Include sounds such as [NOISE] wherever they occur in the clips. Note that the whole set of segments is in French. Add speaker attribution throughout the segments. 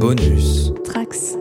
Speaker 1: Bonus.
Speaker 2: Trax.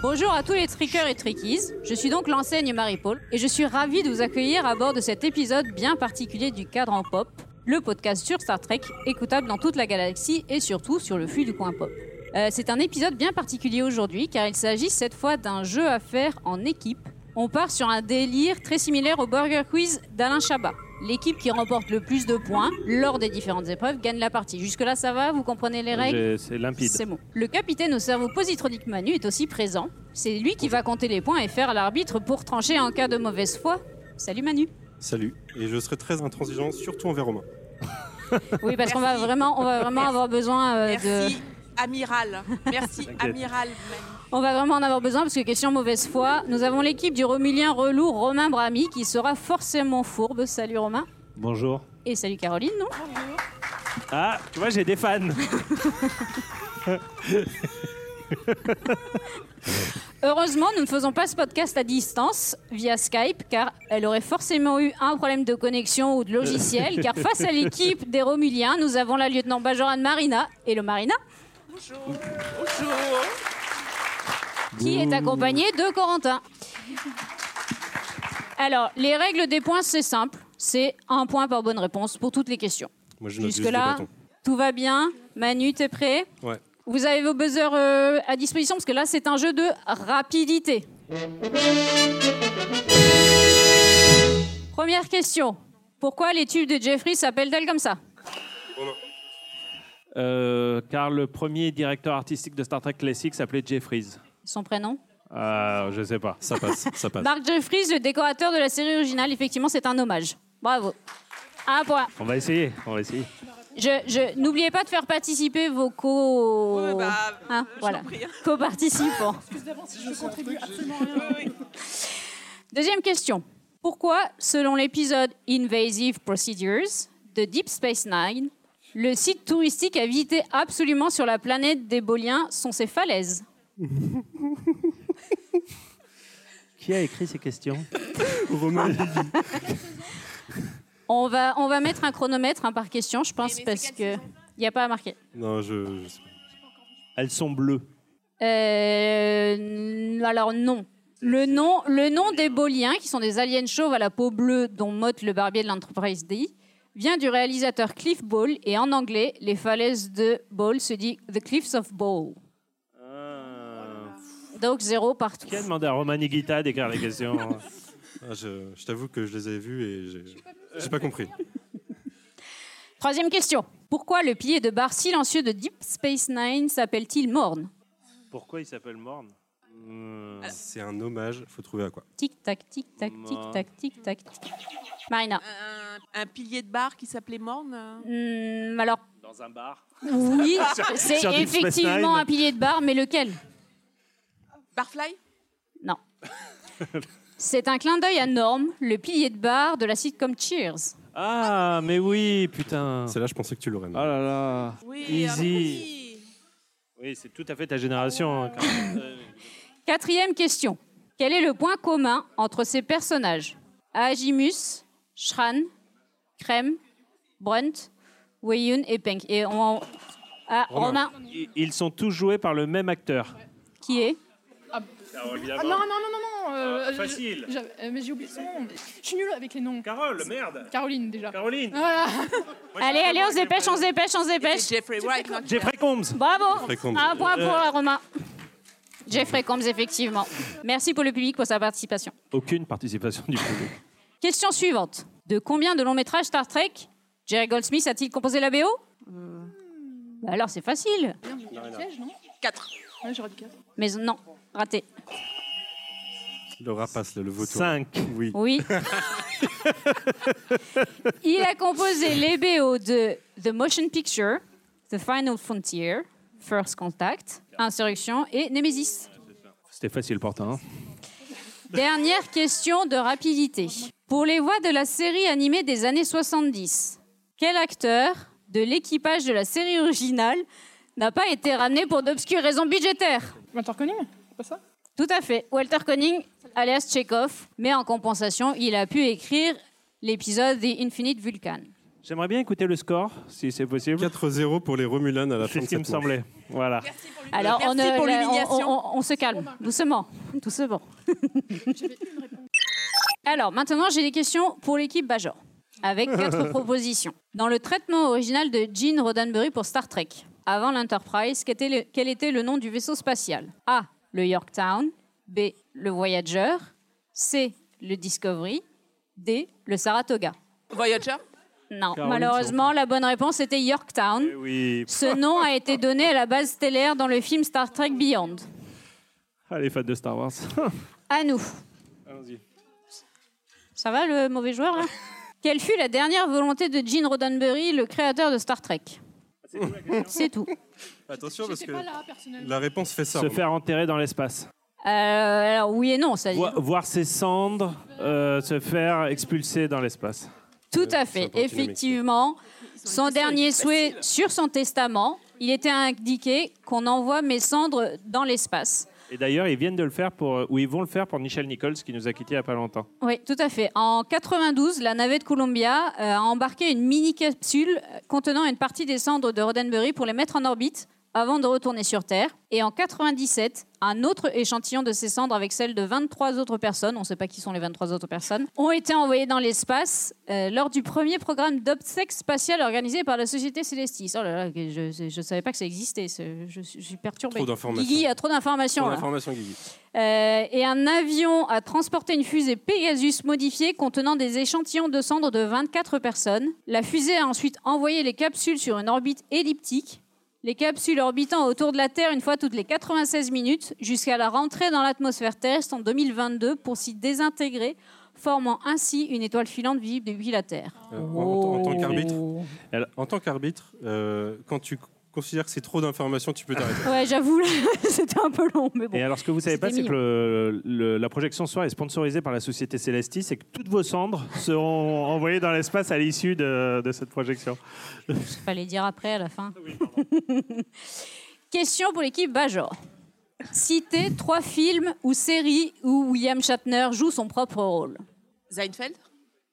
Speaker 2: Bonjour à tous les trickers et trickies. Je suis donc l'enseigne Marie-Paul et je suis ravie de vous accueillir à bord de cet épisode bien particulier du cadre en pop, le podcast sur Star Trek, écoutable dans toute la galaxie et surtout sur le flux du coin pop. Euh, c'est un épisode bien particulier aujourd'hui car il s'agit cette fois d'un jeu à faire en équipe. On part sur un délire très similaire au Burger Quiz d'Alain Chabat. L'équipe qui remporte le plus de points lors des différentes épreuves gagne la partie. Jusque-là, ça va Vous comprenez les règles
Speaker 3: J'ai- C'est limpide.
Speaker 2: c'est bon. Le capitaine au cerveau positronique Manu est aussi présent. C'est lui qui va compter les points et faire l'arbitre pour trancher en cas de mauvaise foi. Salut Manu.
Speaker 4: Salut, et je serai très intransigeant, surtout envers Romain.
Speaker 2: Oui, parce qu'on va
Speaker 5: Merci.
Speaker 2: vraiment, on va vraiment avoir besoin euh, de,
Speaker 5: Merci, amiral.
Speaker 2: [LAUGHS]
Speaker 5: Merci,
Speaker 3: T'inquiète.
Speaker 5: amiral.
Speaker 2: on va vraiment en avoir besoin parce que question mauvaise foi, nous avons l'équipe du Romulien relou Romain Brami qui sera forcément fourbe. Salut Romain.
Speaker 3: Bonjour.
Speaker 2: Et salut Caroline, non
Speaker 3: Ah, tu vois, j'ai des fans.
Speaker 2: Heureusement, nous ne faisons pas ce podcast à distance via Skype car elle aurait forcément eu un problème de connexion ou de logiciel
Speaker 4: [LAUGHS]
Speaker 2: car face à l'équipe des Romuliens, nous avons la lieutenant Bajoran Marina et le Marina
Speaker 5: Bonjour. Bonjour.
Speaker 2: qui est accompagnée de Corentin. Alors, les règles des points, c'est simple. C'est un point par bonne réponse pour toutes les questions.
Speaker 4: Moi, je note juste des
Speaker 2: Jusque-là,
Speaker 4: bâtons.
Speaker 2: tout va bien. Manu, t'es prêt
Speaker 4: Ouais.
Speaker 2: Vous avez vos buzzers euh, à disposition parce que là, c'est un jeu de rapidité. Première question. Pourquoi les tubes de Jeffrey s'appellent-elles comme ça
Speaker 3: Euh, car le premier directeur artistique de Star Trek classique s'appelait Jeffries.
Speaker 2: Son prénom
Speaker 3: Ah, je sais pas.
Speaker 4: Ça passe, ça passe.
Speaker 2: Mark Jeffries, le décorateur de la série originale. Effectivement, c'est un hommage. Bravo. Un point.
Speaker 3: On va essayer. On va essayer.
Speaker 2: Je, je- n'oubliez pas de faire participer vos co.
Speaker 5: Ouais, bah,
Speaker 2: Hein,
Speaker 5: euh,
Speaker 2: voilà.
Speaker 5: j'en prie.
Speaker 2: Co-participants. Deuxième question. Pourquoi, selon l'épisode Invasive Procedures de Deep Space Nine, le site touristique à visiter absolument sur la planète des Boliens sont ces falaises
Speaker 3: Qui a écrit ces questions
Speaker 4: Romain,
Speaker 2: on va, on va mettre un chronomètre hein, par question, je pense,
Speaker 5: Mais- mais c'est
Speaker 2: parce
Speaker 5: quelle
Speaker 2: que
Speaker 5: saison
Speaker 2: il n'y a pas à marquer.
Speaker 4: Non, je, je sais pas.
Speaker 3: Elles sont bleues.
Speaker 2: Euh, n- alors non. Le nom, le nom
Speaker 3: hein.
Speaker 2: des Boliens, qui sont des aliens chauves à la peau bleue dont Mott le barbier de l'Enterprise D, vient du réalisateur Cliff Ball et en anglais, les falaises de Ball se dit The Cliffs of Ball. Donc zéro partout.
Speaker 3: Euh, Qui a demandé à Roman Iguita d'écrire les questions
Speaker 4: Ah, je, je t'avoue que je les avais vus et j'ai- j'ai pas compris.
Speaker 2: Troisième question. Pourquoi le pilier de barre silencieux de Deep Space Nine s'appelle-t-il Morn
Speaker 3: Pourquoi il s'appelle Morn Hmm.
Speaker 4: C'est un hommage, faut trouver à quoi.
Speaker 2: Tic tac tic tac tic tac tic tac. tic. Marina.
Speaker 5: Un, un pilier de bar qui s'appelait Morne. euh.
Speaker 2: Hmm,
Speaker 3: [LAUGHS]
Speaker 2: alors
Speaker 3: Dans un bar.
Speaker 2: oui, c'est
Speaker 3: sur Deep Space
Speaker 2: effectivement
Speaker 3: Nine.
Speaker 2: un pilier de barre, mais lequel
Speaker 5: Barfly
Speaker 2: Non. C'est un clin d'œil à Norm, le pilier de bar de la sitcom Cheers.
Speaker 3: Ah, mais oui, putain.
Speaker 4: C'est là, je pensais que tu l'aurais. mis.
Speaker 3: Oh là là.
Speaker 5: Oui. ah,
Speaker 3: Easy.
Speaker 5: oui.
Speaker 3: Oui, c'est tout à fait ta génération. hein, quand même. [LAUGHS] Euh,
Speaker 2: Quatrième question. Quel est le point commun entre ces personnages Agimus, Shran, Krem, Brunt, Weyun et Penk. Et on... Ah, Romain.
Speaker 4: Romain.
Speaker 3: i- Ils sont tous joués par le même acteur.
Speaker 2: qui est
Speaker 6: Ah, non, non, non, non, non. euh,
Speaker 3: Ah,
Speaker 6: je-
Speaker 3: facile.
Speaker 6: j'avais- euh, mais j'ai oublié son nom. Je suis nulle avec les noms.
Speaker 3: Carole, merde.
Speaker 6: Caroline, déjà.
Speaker 3: Caroline.
Speaker 6: Voilà.
Speaker 2: [LAUGHS] Allez, allez, on se dépêche, on se dépêche, on se dépêche.
Speaker 5: C'est Jeffrey Wright. non
Speaker 3: Jeffrey Combs.
Speaker 2: Bravo
Speaker 4: Jeffrey Combs.
Speaker 2: Un point pour Romain. Jeffrey Combs, effectivement. Merci pour le public pour sa participation.
Speaker 3: Aucune participation du public. [LAUGHS]
Speaker 2: Question suivante. De combien de longs métrages Star Trek Jerry Goldsmith a-t-il composé la BO Bah Alors c'est facile.
Speaker 6: Merde, il y a un piège, non
Speaker 5: Quatre.
Speaker 6: Ouais, j'aurais dit quatre.
Speaker 2: Mais non, raté.
Speaker 4: Le rapace, le, le vautour.
Speaker 3: 5.
Speaker 4: Oui.
Speaker 2: Oui. Il a composé les BO de The Motion Picture, The Final Frontier, First Contact, Insurrection et Nemesis.
Speaker 3: C'était facile pourtant. hein.
Speaker 2: Dernière question de rapidité. Pour les voix de la série animée des années 70, quel acteur de l'équipage de la série originale n'a pas été ramené pour d'obscures raisons budgétaires
Speaker 6: Walter Conning C'est pas ça
Speaker 2: Tout à fait. Walter Conning alias Chekhov, mais en compensation, il a pu écrire l'épisode The Infinite Vulcan.
Speaker 3: J'aimerais bien écouter le score, si c'est possible.
Speaker 4: 4-0 pour les Romulans à la fin
Speaker 3: C'est
Speaker 4: de
Speaker 3: ce qui me
Speaker 4: cette manche.
Speaker 3: semblait. Voilà.
Speaker 5: Merci pour l'humiliation.
Speaker 2: Alors, on,
Speaker 5: Merci
Speaker 2: ne-
Speaker 5: pour
Speaker 2: la- on-
Speaker 5: l'humiliation.
Speaker 2: on- on- on se calme, doucement, [LAUGHS] doucement.
Speaker 6: J'avais une réponse.
Speaker 2: Alors, maintenant, j'ai des questions pour l'équipe Bajor, avec
Speaker 3: [LAUGHS]
Speaker 2: quatre propositions. Dans le traitement original de Gene Roddenberry pour Star Trek, avant l'Enterprise, qu'était le- quel était le nom du vaisseau spatial A. Le Yorktown. B. Le Voyager. C. Le Discovery. D. Le Saratoga.
Speaker 5: Voyager
Speaker 2: Non,
Speaker 3: Caroline,
Speaker 2: malheureusement, la bonne réponse était Yorktown.
Speaker 3: Eh Oui.
Speaker 2: Ce nom a été donné à la base stellaire dans le film Star Trek Beyond.
Speaker 3: Ah, les fans de Star [LAUGHS] Wars.
Speaker 2: À nous.
Speaker 3: Allons-y.
Speaker 2: Ça va le mauvais joueur là Quelle fut la dernière volonté de Gene Roddenberry, le créateur de Star Trek [LAUGHS] C'est tout.
Speaker 4: Attention parce
Speaker 6: J'étais
Speaker 4: que
Speaker 6: pas là, personnellement.
Speaker 4: la réponse fait ça.
Speaker 3: Se faire enterrer dans l'espace.
Speaker 2: Euh, alors oui et non, ça dit.
Speaker 3: Vo- voir ses cendres euh, se faire expulser dans l'espace.
Speaker 2: Tout à fait.
Speaker 4: continue,
Speaker 2: Effectivement, son dernier souhait sur son testament, il était indiqué qu'on envoie mes cendres dans l'espace.
Speaker 3: Et d'ailleurs, ils viennent de le faire pour, euh, ou ils vont le faire pour Michel Nichols, qui nous a quittés il n'y a pas longtemps.
Speaker 2: Oui, tout à fait. En 92, la navette Columbia euh, a embarqué une mini-capsule euh, contenant une partie des cendres de Roddenberry pour les mettre en orbite avant de retourner sur Terre. Et en 97, un autre échantillon de ces cendres avec celles de 23 autres personnes, on ne sait pas qui sont les 23 autres personnes, ont été envoyés dans l'espace euh, lors du premier programme d'obsèques spatiales organisé par la Société Célestis. Oh là là, je ne savais pas que ça existait, c'est- je, suis- je suis perturbée.
Speaker 4: Trop d'informations.
Speaker 2: Guigui, il y a trop d'informations. hein.
Speaker 4: Pour
Speaker 2: là.
Speaker 4: l'information, Guigui.
Speaker 2: Euh, et un avion a transporté une fusée Pegasus modifiée contenant des échantillons de cendres de 24 personnes. La fusée a ensuite envoyé les capsules sur une orbite elliptique. Les capsules orbitant autour de la Terre une fois toutes les 96 minutes jusqu'à la rentrée dans l'atmosphère terrestre en 2022 pour s'y désintégrer, formant ainsi une étoile filante visible depuis la Terre.
Speaker 4: Euh, en,
Speaker 3: Oh.
Speaker 4: en tant qu'arbitre, en tant qu'arbitre, euh, quand tu considères que c'est trop d'informations, tu peux t'arrêter.
Speaker 2: Ouais, j'avoue, [LAUGHS] là, c'était un peu long, mais bon.
Speaker 3: Et alors, ce que vous savez pas,
Speaker 2: C'était
Speaker 3: c'est que le- le- la projection ce soir est sponsorisée par la société Celestis et que toutes vos cendres seront envoyées dans l'espace à l'issue de, de cette projection.
Speaker 2: Fallait dire après à la fin. [LAUGHS] Question pour l'équipe Bajor. Citez trois films ou séries où William Shatner joue son propre rôle.
Speaker 5: Seinfeld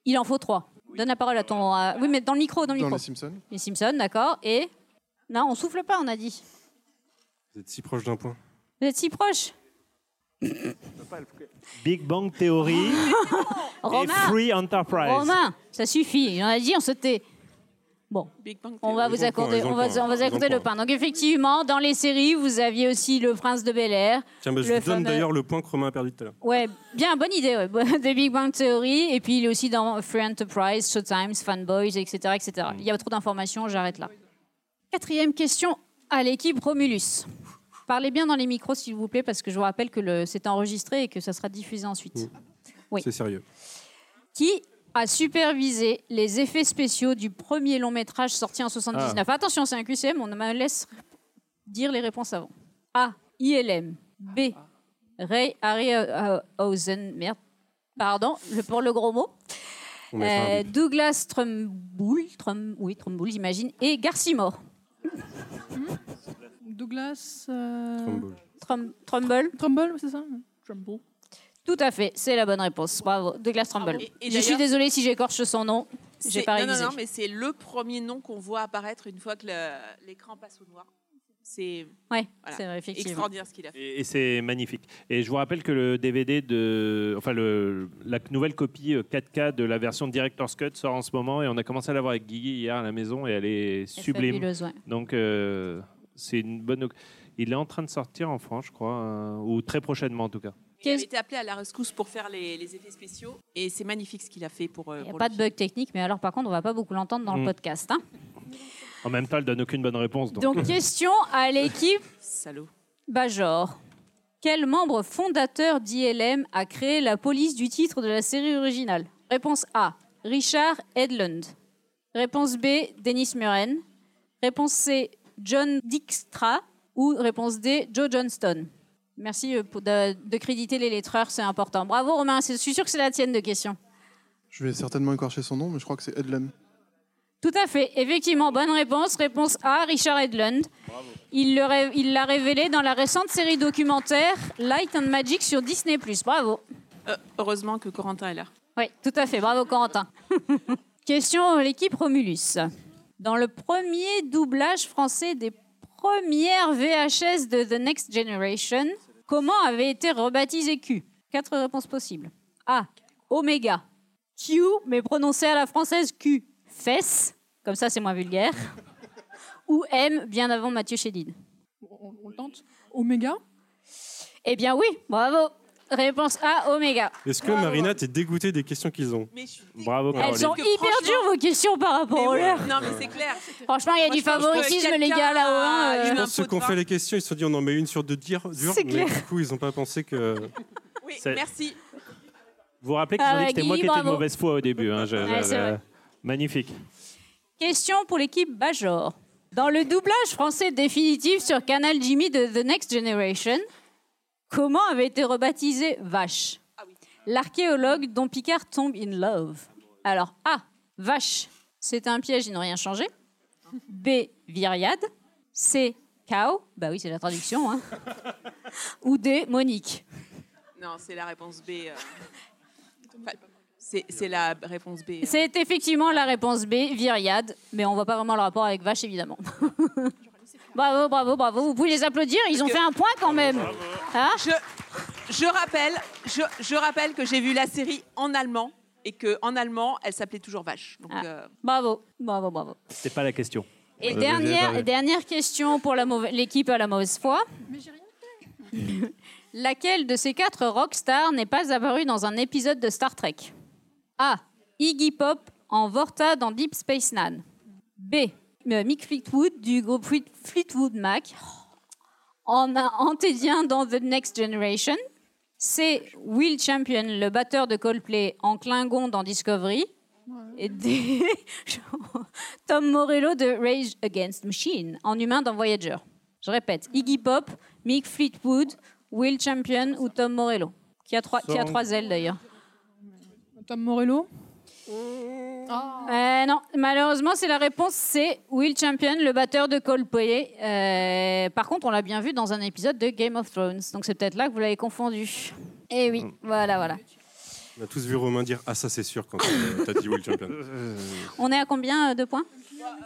Speaker 2: Il en faut trois. Donne la parole à ton. à- Oui, mais dans le micro, dans le
Speaker 1: Dans
Speaker 2: micro.
Speaker 1: les Simpsons
Speaker 2: Les Simpsons, d'accord. Et. Non, on souffle pas, on a dit.
Speaker 4: Vous êtes si proche d'un point.
Speaker 2: Vous êtes si proche.
Speaker 3: Big Bang Theory et
Speaker 2: Oh, Romain
Speaker 3: Free Enterprise.
Speaker 2: Romain Ça suffit. On a dit, on se tait.
Speaker 5: Big Bang
Speaker 2: On va
Speaker 4: Ils
Speaker 2: vous
Speaker 4: ont
Speaker 2: accorder,
Speaker 4: le point,
Speaker 2: on
Speaker 4: ils
Speaker 2: va,
Speaker 4: ont le point,
Speaker 2: on va vous
Speaker 4: ils ont
Speaker 2: accorder
Speaker 4: le
Speaker 2: le pain. Donc, effectivement, dans les séries, vous aviez aussi Le Prince de Bel Air,
Speaker 4: Tiens, bah, je
Speaker 2: Le
Speaker 4: vous donne
Speaker 2: fameux-
Speaker 4: d'ailleurs le point que Romain a perdu tout à l'heure.
Speaker 2: Ouais, bien, bonne idée. Ouais. [LAUGHS] The Big Bang Theory, et puis il est aussi dans Free Enterprise, Showtime, Fanboys, etc. etc. Il y a trop d'informations, j'arrête là. Quatrième question à l'équipe Romulus. Parlez bien dans les micros, s'il vous plaît, parce que je vous rappelle que le- c'est enregistré et que ça sera diffusé ensuite. Oui.
Speaker 4: C'est sérieux.
Speaker 2: Qui a supervisé les effets spéciaux du premier long métrage sorti en 79 Attention, c'est un QCM, on me laisse dire les réponses avant. A. ILM. B. Ray Harryhausen. Merde. Pardon le- pour le gros mot.
Speaker 4: On mettra un
Speaker 2: Euh,
Speaker 4: bip.
Speaker 2: Douglas Trumbull, Trum- oui, Trumbull, j'imagine, et Garcimore.
Speaker 6: Douglas. euh,
Speaker 4: Trumbull.
Speaker 2: Trum- Trumbull
Speaker 6: Trumbull, c'est ça Trumbull.
Speaker 2: Tout à fait, c'est la bonne réponse. Bravo, Douglas Trumbull.
Speaker 5: Bravo. Ah, Et- et
Speaker 2: Je suis
Speaker 5: d'ailleurs-
Speaker 2: désolée si j'écorche son nom. J'ai
Speaker 5: C'est-
Speaker 2: pas
Speaker 5: non, non,
Speaker 2: révisé.
Speaker 5: non, mais c'est le premier nom qu'on voit apparaître une fois que le- l'écran passe au noir. C'est
Speaker 2: Ouais,
Speaker 5: Voilà.
Speaker 2: c'est vrai, effectivement.
Speaker 5: extraordinaire ce qu'il a fait.
Speaker 3: Et, et c'est magnifique. Et je vous rappelle que le DVD de. Enfin, le, la nouvelle copie euh, 4K de la version Director's Cut sort en ce moment et on a commencé à l'avoir avec Guigui hier à la maison et elle est
Speaker 2: C'est
Speaker 3: sublime.
Speaker 2: fabuleuse, ouais.
Speaker 3: Donc, euh, c'est une bonne. oc- Il est en train de sortir en France, je crois, euh, ou très prochainement en tout cas.
Speaker 5: Il
Speaker 2: Qu'est-ce-
Speaker 5: avait été appelé à la rescousse pour faire les, les effets spéciaux et c'est magnifique ce qu'il a fait pour.
Speaker 2: Il n'y a pas de bug technique, mais alors par contre, on va pas beaucoup l'entendre dans le
Speaker 3: Euh, Mm.
Speaker 2: podcast. hein.
Speaker 3: En même temps, elle donne aucune bonne réponse. Donc,
Speaker 2: Donc, question à l'équipe
Speaker 5: Salaud.
Speaker 2: Bajor. Quel membre fondateur d'ILM a créé la police du titre de la série originale Réponse A. Richard Edlund. Réponse B. Dennis Muren. Réponse C. John Dijkstra. Ou réponse D. Joe Johnston. Merci euh, pour- de, de créditer les lettreurs, c'est important. Bravo Romain, c'est- je suis sûr que c'est la tienne de question.
Speaker 1: Je vais certainement écorcher son nom, mais je crois que c'est Edlem.
Speaker 2: Tout à fait, effectivement, bonne réponse. Réponse A, Richard Edlund. Il le ré- il l'a révélé dans la récente série documentaire Light and Magic sur Disney ⁇ Bravo.
Speaker 5: Euh, heureusement que Corentin est là.
Speaker 2: Oui, tout à fait. Bravo, Corentin. [LAUGHS] Question l'équipe Romulus. Dans le premier doublage français des premières VHS de The Next Generation, comment avait été rebaptisé Q Quatre réponses possibles. A. Oméga. Q, mais prononcé à la française Q. Fesse, comme ça c'est moins vulgaire. Ou M, bien avant Mathieu Chédid.
Speaker 6: On, on le tente. Oméga
Speaker 2: Eh bien oui, bravo. Réponse A, Oméga.
Speaker 4: Est-ce que Marina, t'es dégoûtée des questions qu'ils ont
Speaker 5: Mais je suis dégoûtée.
Speaker 3: Bravo,
Speaker 2: Elles
Speaker 3: Caroline.
Speaker 2: sont
Speaker 5: Bah, que
Speaker 2: hyper
Speaker 5: franchement-
Speaker 2: dures vos questions par rapport au
Speaker 5: Mais
Speaker 2: leur.
Speaker 5: ouais, Non, mais c'est clair.
Speaker 2: Franchement, il y a
Speaker 5: Moi,
Speaker 2: du
Speaker 5: je pense que
Speaker 2: favoritisme, les
Speaker 5: quelqu'un
Speaker 2: gars, là-haut.
Speaker 5: a
Speaker 2: hein,
Speaker 5: eu
Speaker 2: euh.
Speaker 5: un-
Speaker 4: Ceux
Speaker 5: pot
Speaker 4: qui ont
Speaker 5: de
Speaker 4: fait
Speaker 5: vin.
Speaker 4: les questions, ils se sont dit on en met une sur deux dure, dure
Speaker 2: C'est
Speaker 4: mais
Speaker 2: clair.
Speaker 4: du coup, ils n'ont pas pensé que.
Speaker 5: Oui,
Speaker 3: C'est-
Speaker 5: merci.
Speaker 3: Vous vous rappelez qu'ils
Speaker 2: Ah
Speaker 3: ont dit
Speaker 2: ouais,
Speaker 3: que c'était moi
Speaker 2: Guigui,
Speaker 3: qui étais de
Speaker 2: bravo.
Speaker 3: mauvaise foi au début. hein, je-
Speaker 2: Ouais, c'est
Speaker 3: je-
Speaker 2: vrai.
Speaker 3: Magnifique.
Speaker 2: Question pour l'équipe Bajor. Dans le doublage français définitif sur Canal Jimmy de The Next Generation, comment avait été rebaptisé Vache
Speaker 5: Ah
Speaker 2: L'archéologue dont Picard tombe in love. Alors A. Vache, c'est un piège, ils n'ont rien changé. B. Viriade. C. Cow, bah oui, c'est la
Speaker 5: [LAUGHS]
Speaker 2: traduction. hein. Ou D. Monique.
Speaker 5: Non, c'est la réponse B. euh. Enfin, c'est c'est la réponse B. euh.
Speaker 2: C'est effectivement la réponse B, Viriade, mais on voit pas vraiment le rapport avec vache évidemment. [LAUGHS] bravo, bravo, bravo. Vous pouvez les applaudir, ils ont fait un point quand même. Hein
Speaker 5: Je, je rappelle, je, je rappelle que j'ai vu la série en allemand et que en allemand, elle s'appelait toujours Vache. Donc,
Speaker 2: Ah.
Speaker 5: euh,
Speaker 2: bravo, bravo, bravo.
Speaker 3: C'était pas la question.
Speaker 2: Et
Speaker 4: Vous avez bien
Speaker 2: dernière,
Speaker 4: parlé.
Speaker 2: dernière question pour la mauva- l'équipe à la mauvaise foi. [LAUGHS] Laquelle de ces quatre rockstars n'est pas apparue dans un épisode de Star Trek A. Iggy Pop en Vorta dans Deep Space Nine. B. euh, Mick Fleetwood du groupe Fleet- Fleetwood Mac en un antédien dans The Next Generation. C. Will Champion, le batteur de Coldplay, en Klingon dans Discovery. Et D. [LAUGHS] Tom Morello de Rage Against the Machine, en humain dans Voyager. Je répète, Iggy Pop, Mick Fleetwood, Will Champion ou Tom Morello, qui a trois, qui a trois ailes d'ailleurs.
Speaker 6: Tom Morello
Speaker 2: Euh, non, malheureusement, c'est la réponse C, Will Champion, le batteur de Coldplay. Euh, par contre, on l'a bien vu dans un épisode de Game of Thrones, donc c'est peut-être là que vous l'avez confondu. Eh
Speaker 4: Mm.
Speaker 2: oui, voilà, voilà.
Speaker 4: On a tous vu Romain dire Ah, ça c'est sûr quand euh, t'as dit Will Champion.
Speaker 2: On est à combien euh, de points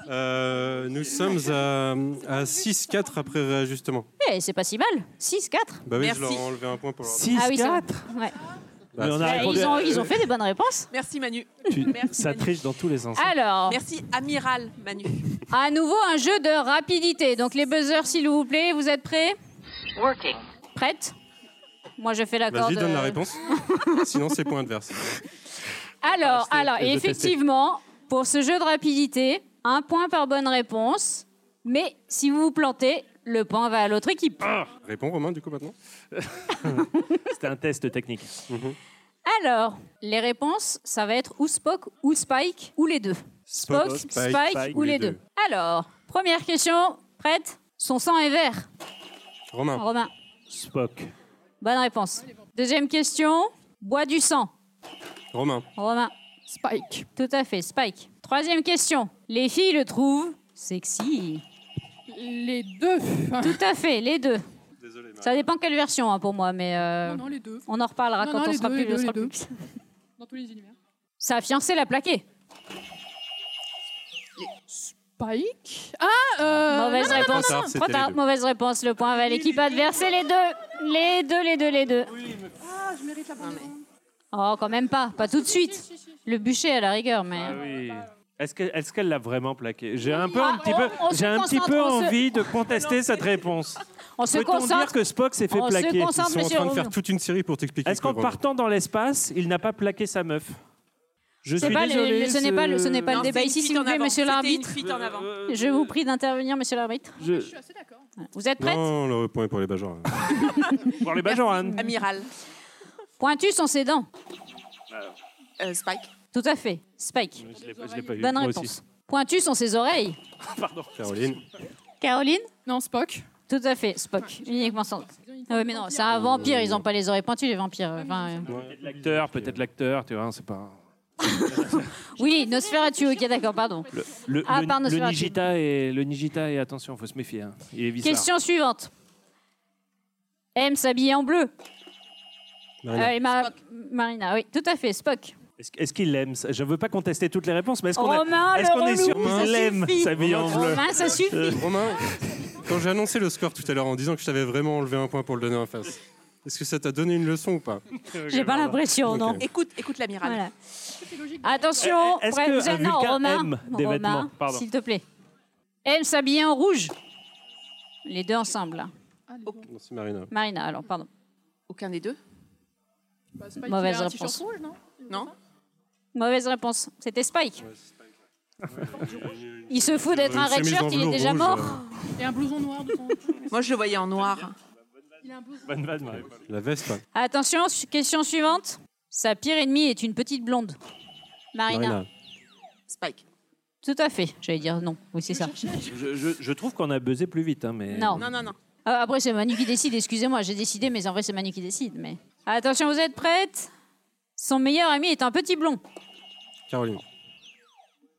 Speaker 4: Euh, nous sommes à, à 6-4 après réajustement.
Speaker 2: Eh, c'est pas si mal. 6-4.
Speaker 4: Bah oui, je
Speaker 5: Merci.
Speaker 4: leur ai enlevé un point pour leur.
Speaker 2: Ah oui, c'est vrai. Ouais.
Speaker 4: Bah,
Speaker 3: Mais on a
Speaker 2: Bah,
Speaker 3: répondu
Speaker 2: ils,
Speaker 3: à-
Speaker 2: ont, ils ont fait des bonnes réponses.
Speaker 5: merci Manu.
Speaker 3: Tu-
Speaker 5: Merci,
Speaker 3: Ça
Speaker 5: Manu.
Speaker 3: triche dans tous les sens.
Speaker 2: Alors,
Speaker 5: Merci Amiral Manu.
Speaker 2: à nouveau un jeu de rapidité. Donc les buzzers, s'il vous plaît, vous êtes prêts
Speaker 7: Working.
Speaker 2: Prête Moi, je fais la
Speaker 4: Vas-y,
Speaker 2: corde. euh,
Speaker 4: donne la réponse. Sinon, c'est point adverse.
Speaker 2: Alors,
Speaker 3: Ah, je t'ai-
Speaker 2: alors
Speaker 3: je testais.
Speaker 2: effectivement, pour ce jeu de rapidité, un point par bonne réponse. Mais si vous vous plantez, le point va à l'autre équipe.
Speaker 4: Réponds, Romain, du coup, maintenant.
Speaker 3: C'était un test technique.
Speaker 2: Alors, les réponses, ça va être ou Spock ou Spike ou les deux. Spock, Spike, ou les deux. Alors, première question, prête Son sang est vert.
Speaker 4: Romain,
Speaker 2: Romain,
Speaker 3: Spock.
Speaker 2: bonne réponse. Deuxième question, bois du sang.
Speaker 4: Romain,
Speaker 2: Romain. Spike. Tout à fait, Spike. Troisième question. Les filles le trouvent sexy.
Speaker 6: Les
Speaker 2: [LAUGHS]
Speaker 6: deux.
Speaker 2: Tout à fait, les deux.
Speaker 4: Désolé, Marie.
Speaker 2: Ça dépend quelle version hein, pour moi, mais euh,
Speaker 6: Non, non, les deux.
Speaker 2: on en reparlera
Speaker 6: Non,
Speaker 2: quand
Speaker 6: non,
Speaker 2: on
Speaker 6: les
Speaker 2: sera
Speaker 6: deux,
Speaker 2: plus.
Speaker 6: les deux,
Speaker 2: sera
Speaker 6: les
Speaker 2: plus-
Speaker 6: Dans tous les univers.
Speaker 2: Sa fiancée l'a plaqué.
Speaker 6: Pike Ah euh,
Speaker 2: mauvaise
Speaker 4: non, non,
Speaker 2: réponse.
Speaker 4: non, non, non.
Speaker 2: Trop tard,
Speaker 4: C'était les deux.
Speaker 2: mauvaise réponse. Le point va à l'équipe adverse. et les deux. Les deux, les deux, les deux.
Speaker 6: Ah, je mérite la bonne
Speaker 2: Oh, quand même pas. Pas tout de suite. Le bûcher à la rigueur, mais.
Speaker 3: Ah Est-ce que- est-ce qu'elle l'a vraiment plaqué J'ai un peu, un
Speaker 2: Ah,
Speaker 3: petit
Speaker 2: on-
Speaker 3: peu,
Speaker 2: on se
Speaker 3: j'ai un petit
Speaker 2: concentre,
Speaker 3: peu
Speaker 2: on se-
Speaker 3: envie de contester cette réponse.
Speaker 2: [LAUGHS] On se
Speaker 3: Peut-on dire
Speaker 2: concentre.
Speaker 3: que Spock s'est fait
Speaker 2: on se
Speaker 3: plaquer
Speaker 4: Ils
Speaker 2: concentre,
Speaker 4: sont en
Speaker 2: monsieur
Speaker 4: train de
Speaker 2: Romain.
Speaker 4: faire toute une série pour t'expliquer.
Speaker 3: Est-ce qu'en
Speaker 4: quoi, Romain.
Speaker 3: partant dans l'espace, il n'a pas plaqué sa meuf Je
Speaker 2: C'est
Speaker 3: suis
Speaker 2: pas le-
Speaker 3: désolé.
Speaker 2: le- ce n'est pas le- ce n'est pas le
Speaker 5: Non,
Speaker 2: débat
Speaker 5: c'est une
Speaker 2: ici,
Speaker 5: fuite
Speaker 2: s'il vous
Speaker 5: en
Speaker 2: plaît,
Speaker 5: avant.
Speaker 2: monsieur
Speaker 5: C'était
Speaker 2: l'arbitre. Euh.
Speaker 5: Une fuite en avant.
Speaker 2: Je vous prie d'intervenir, monsieur l'arbitre.
Speaker 3: Je...
Speaker 6: suis assez d'accord.
Speaker 2: Vous êtes prête
Speaker 4: Non, le point est pour les Bajors. hein.
Speaker 3: Voir les Bajoran.
Speaker 5: Amiral
Speaker 2: Pointu sans ses dents.
Speaker 5: euh, Spike.
Speaker 2: Tout à fait. Spike.
Speaker 3: Je l'ai pas- je l'ai pas eu.
Speaker 2: Bonne
Speaker 3: Moi
Speaker 2: réponse.
Speaker 3: aussi.
Speaker 2: Pointu sans ses oreilles.
Speaker 3: Pardon.
Speaker 4: Caroline,
Speaker 2: Caroline
Speaker 6: Non, Spock.
Speaker 2: Tout à fait. Spock. Uniquement sans. Ah ouais, mais non, c'est un vampire. Ils n'ont
Speaker 3: Euh.
Speaker 2: pas les oreilles pointues, les vampires. Enfin, euh,
Speaker 3: L'acteur, peut-être l'acteur, tu vois, c'est pas.
Speaker 2: Oui, Nosferatu. Ok, d'accord, pardon.
Speaker 3: Le, le,
Speaker 2: Ah,
Speaker 3: le-
Speaker 2: pardon,
Speaker 3: le
Speaker 2: c'est vrai.
Speaker 3: Nigita et le Nigita et attention, faut se méfier. hein. Il est bizarre.
Speaker 2: Question suivante. aime s'habiller en bleu.
Speaker 4: Marina.
Speaker 2: Euh, et Ma- Marina, oui, tout à fait, Spock.
Speaker 3: Ah Est-ce est-ce qu'il l'aime ça Je ne veux pas contester toutes les réponses, mais est-ce qu'on a-
Speaker 2: Romain,
Speaker 3: est-ce
Speaker 2: le
Speaker 3: qu'on est
Speaker 2: relou,
Speaker 3: sûr
Speaker 2: Oh, ça
Speaker 3: qu'il l'aime,
Speaker 2: suffit. Oh,
Speaker 3: sa vie en bleu
Speaker 2: Romain, ça suffit.
Speaker 3: Euh,
Speaker 4: Romain, quand j'ai annoncé le score tout à l'heure en disant que je t'avais vraiment enlevé un point pour le donner en face, est-ce que ça t'a donné une leçon ou pas
Speaker 2: J'ai pas l'impression,
Speaker 4: Ok.
Speaker 2: non.
Speaker 5: Écoute, écoute l'amiral.
Speaker 2: Voilà.
Speaker 6: C'est logique.
Speaker 2: Attention,
Speaker 3: Eh, Est-ce
Speaker 2: bref,
Speaker 3: que
Speaker 2: vous êtes-
Speaker 3: un
Speaker 2: non,
Speaker 3: vulcain
Speaker 2: Romain,
Speaker 3: aime des
Speaker 2: Romain,
Speaker 3: vêtements Pardon.
Speaker 2: s'il te plaît. Elle s'habillait en rouge. Les deux ensemble. là.
Speaker 6: Ah, les
Speaker 5: Oh.
Speaker 6: bons.
Speaker 4: Non, c'est Marina.
Speaker 2: Marina, alors, pardon.
Speaker 5: Aucun des deux
Speaker 6: Bah, Spike,
Speaker 2: Mauvaise
Speaker 6: il a un
Speaker 2: réponse.
Speaker 6: t-shirt rouge, non
Speaker 5: Non
Speaker 2: Mauvaise réponse. C'était Spike. Il se fout d'être
Speaker 4: Une
Speaker 2: un red
Speaker 4: chemise en
Speaker 2: shirt, il est
Speaker 4: velours
Speaker 2: déjà
Speaker 4: rouge,
Speaker 2: mort.
Speaker 4: euh,
Speaker 6: Et un blouson noir de son.
Speaker 5: Moi, je le voyais en noir.
Speaker 6: [LAUGHS] Il a un blouson.
Speaker 3: Bonne vanne, Marie.
Speaker 4: La veste, hein.
Speaker 2: Attention, su- question suivante. Sa pire ennemie est une petite blonde. Marina.
Speaker 4: Marina.
Speaker 5: Spike.
Speaker 2: Tout à fait. J'allais dire non. Oui, c'est ça.
Speaker 3: Je, je- je trouve qu'on a buzzé plus vite. hein, mais...
Speaker 2: Non.
Speaker 5: Non, non, non.
Speaker 2: Ah, après, c'est Manu qui décide. Excusez-moi, j'ai décidé, mais en vrai, c'est Manu qui décide. Mais attention, vous êtes prêtes Son meilleur ami est un petit blond.
Speaker 4: Caroline.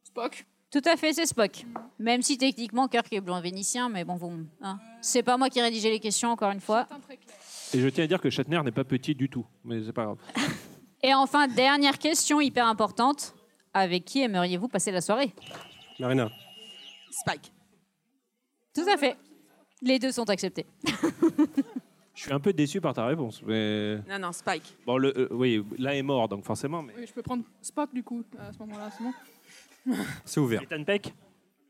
Speaker 6: Spock.
Speaker 2: Tout à fait, c'est Spock. Même si techniquement, Kirk est blond vénitien, mais bon, vous. hein. C'est pas moi qui rédigeais les questions, encore une fois.
Speaker 6: Teint très clair.
Speaker 3: Et je tiens à dire que Shatner n'est pas petit du tout, mais c'est pas grave.
Speaker 2: Et enfin, dernière question hyper importante. Avec qui aimeriez-vous passer la soirée
Speaker 4: Marina.
Speaker 5: Spike.
Speaker 2: Tout à fait. Les deux sont acceptés.
Speaker 3: Je suis un peu déçu par ta réponse. Mais...
Speaker 5: Non, non, Spike.
Speaker 3: Bon, le, euh, oui, l'un est mort, donc forcément. Mais...
Speaker 6: Oui, je peux prendre Spock du coup à ce moment-là, c'est bon.
Speaker 4: C'est ouvert.
Speaker 3: Ethan Peck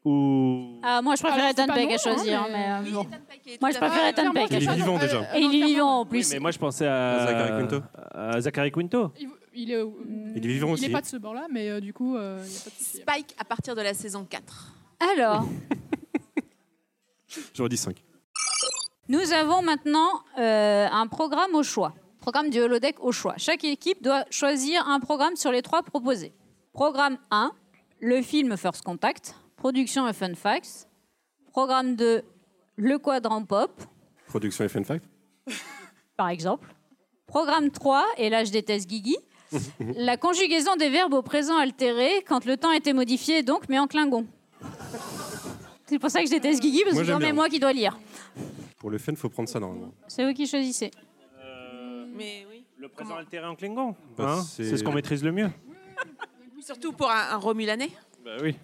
Speaker 3: Ou.
Speaker 2: Ah, moi, je préfère
Speaker 6: Alors, c'est
Speaker 2: Ethan
Speaker 6: pas
Speaker 2: Peck à
Speaker 6: non, hein,
Speaker 2: choisir.
Speaker 6: mais-
Speaker 2: mais, euh, bon. Moi,
Speaker 5: Moi,
Speaker 2: je préfère Ethan
Speaker 6: Clairement,
Speaker 2: Peck.
Speaker 4: Il est
Speaker 6: Ethan-
Speaker 4: vivant,
Speaker 6: euh,
Speaker 4: déjà.
Speaker 6: euh,
Speaker 2: Et il
Speaker 6: non,
Speaker 2: est vivant
Speaker 6: clairement.
Speaker 2: en plus.
Speaker 3: mais moi je pensais à.
Speaker 4: À Zachary Quinto
Speaker 3: À Zachary Quinto.
Speaker 6: Il, il est, au-
Speaker 4: Il est vivant aussi.
Speaker 6: Il est pas de ce bord-là, mais euh, du coup, euh, il n'y a pas de souci.
Speaker 5: Spike à partir de la saison 4.
Speaker 2: Alors,
Speaker 4: J'aurais dit 5.
Speaker 2: nous avons maintenant euh, un programme au choix. Programme du holodeck au choix. Chaque équipe doit choisir un programme sur les trois proposés. Programme 1, le film First Contact, production et fun facts. Programme 2, le quadrant pop,
Speaker 4: Production et fun fact.
Speaker 2: par exemple. Programme 3, et là je déteste Guigui, la conjugaison des verbes au présent altéré quand le temps était modifié, donc, mais en clingon. C'est pour ça que je déteste Guigui, parce
Speaker 4: Moi,
Speaker 2: que
Speaker 4: j'aime
Speaker 2: non, mais
Speaker 4: bien.
Speaker 2: moi qui dois lire.
Speaker 4: Pour le fun, faut prendre ça normalement.
Speaker 2: C'est vous qui choisissez.
Speaker 5: Mais oui.
Speaker 3: Euh, Le
Speaker 5: présent
Speaker 3: présent altéré en Klingon.
Speaker 4: Bah,
Speaker 3: Hein
Speaker 4: c'est-
Speaker 3: c'est ce qu'on maîtrise le mieux.
Speaker 5: Surtout pour un, un Romulanais.
Speaker 3: Bah oui.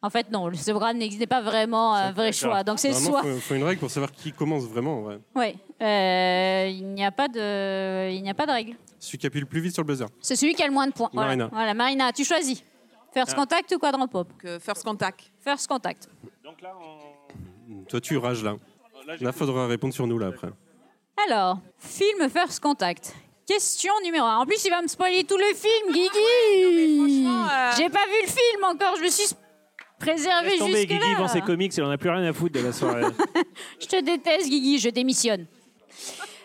Speaker 2: En fait, non, ce programme n'existait pas vraiment un vrai
Speaker 3: d'accord.
Speaker 2: choix. Donc c'est
Speaker 4: Normalement,
Speaker 2: soit.
Speaker 4: faut, faut une règle pour savoir qui commence vraiment. en vrai.
Speaker 2: Ouais. Euh, il n'y a pas de, il n'y a pas de règle.
Speaker 4: Celui qui appuie le plus vite sur le buzzer.
Speaker 2: C'est celui qui a le moins de points. Voilà.
Speaker 4: Marina.
Speaker 2: Voilà, Marina, tu choisis. First
Speaker 3: Ah.
Speaker 2: contact ou quadrant pop
Speaker 5: Donc, euh, First Contact.
Speaker 2: First contact.
Speaker 3: Donc là, on.
Speaker 4: Toi, tu rages là.
Speaker 3: Là, j'ai-
Speaker 4: Là, faudra répondre sur nous là après.
Speaker 2: Alors, film First Contact. Question numéro 1. En plus, il va me spoiler tout le
Speaker 3: Ah
Speaker 2: film, Guigui
Speaker 5: franchement, euh,
Speaker 2: J'ai pas vu le film encore, je me suis préservé
Speaker 3: Laisse tomber, Guigui vend ses
Speaker 2: Ah, jusque-là.
Speaker 3: comics et on n'a plus rien à foutre de la soirée.
Speaker 2: Je te déteste, Guigui, je démissionne.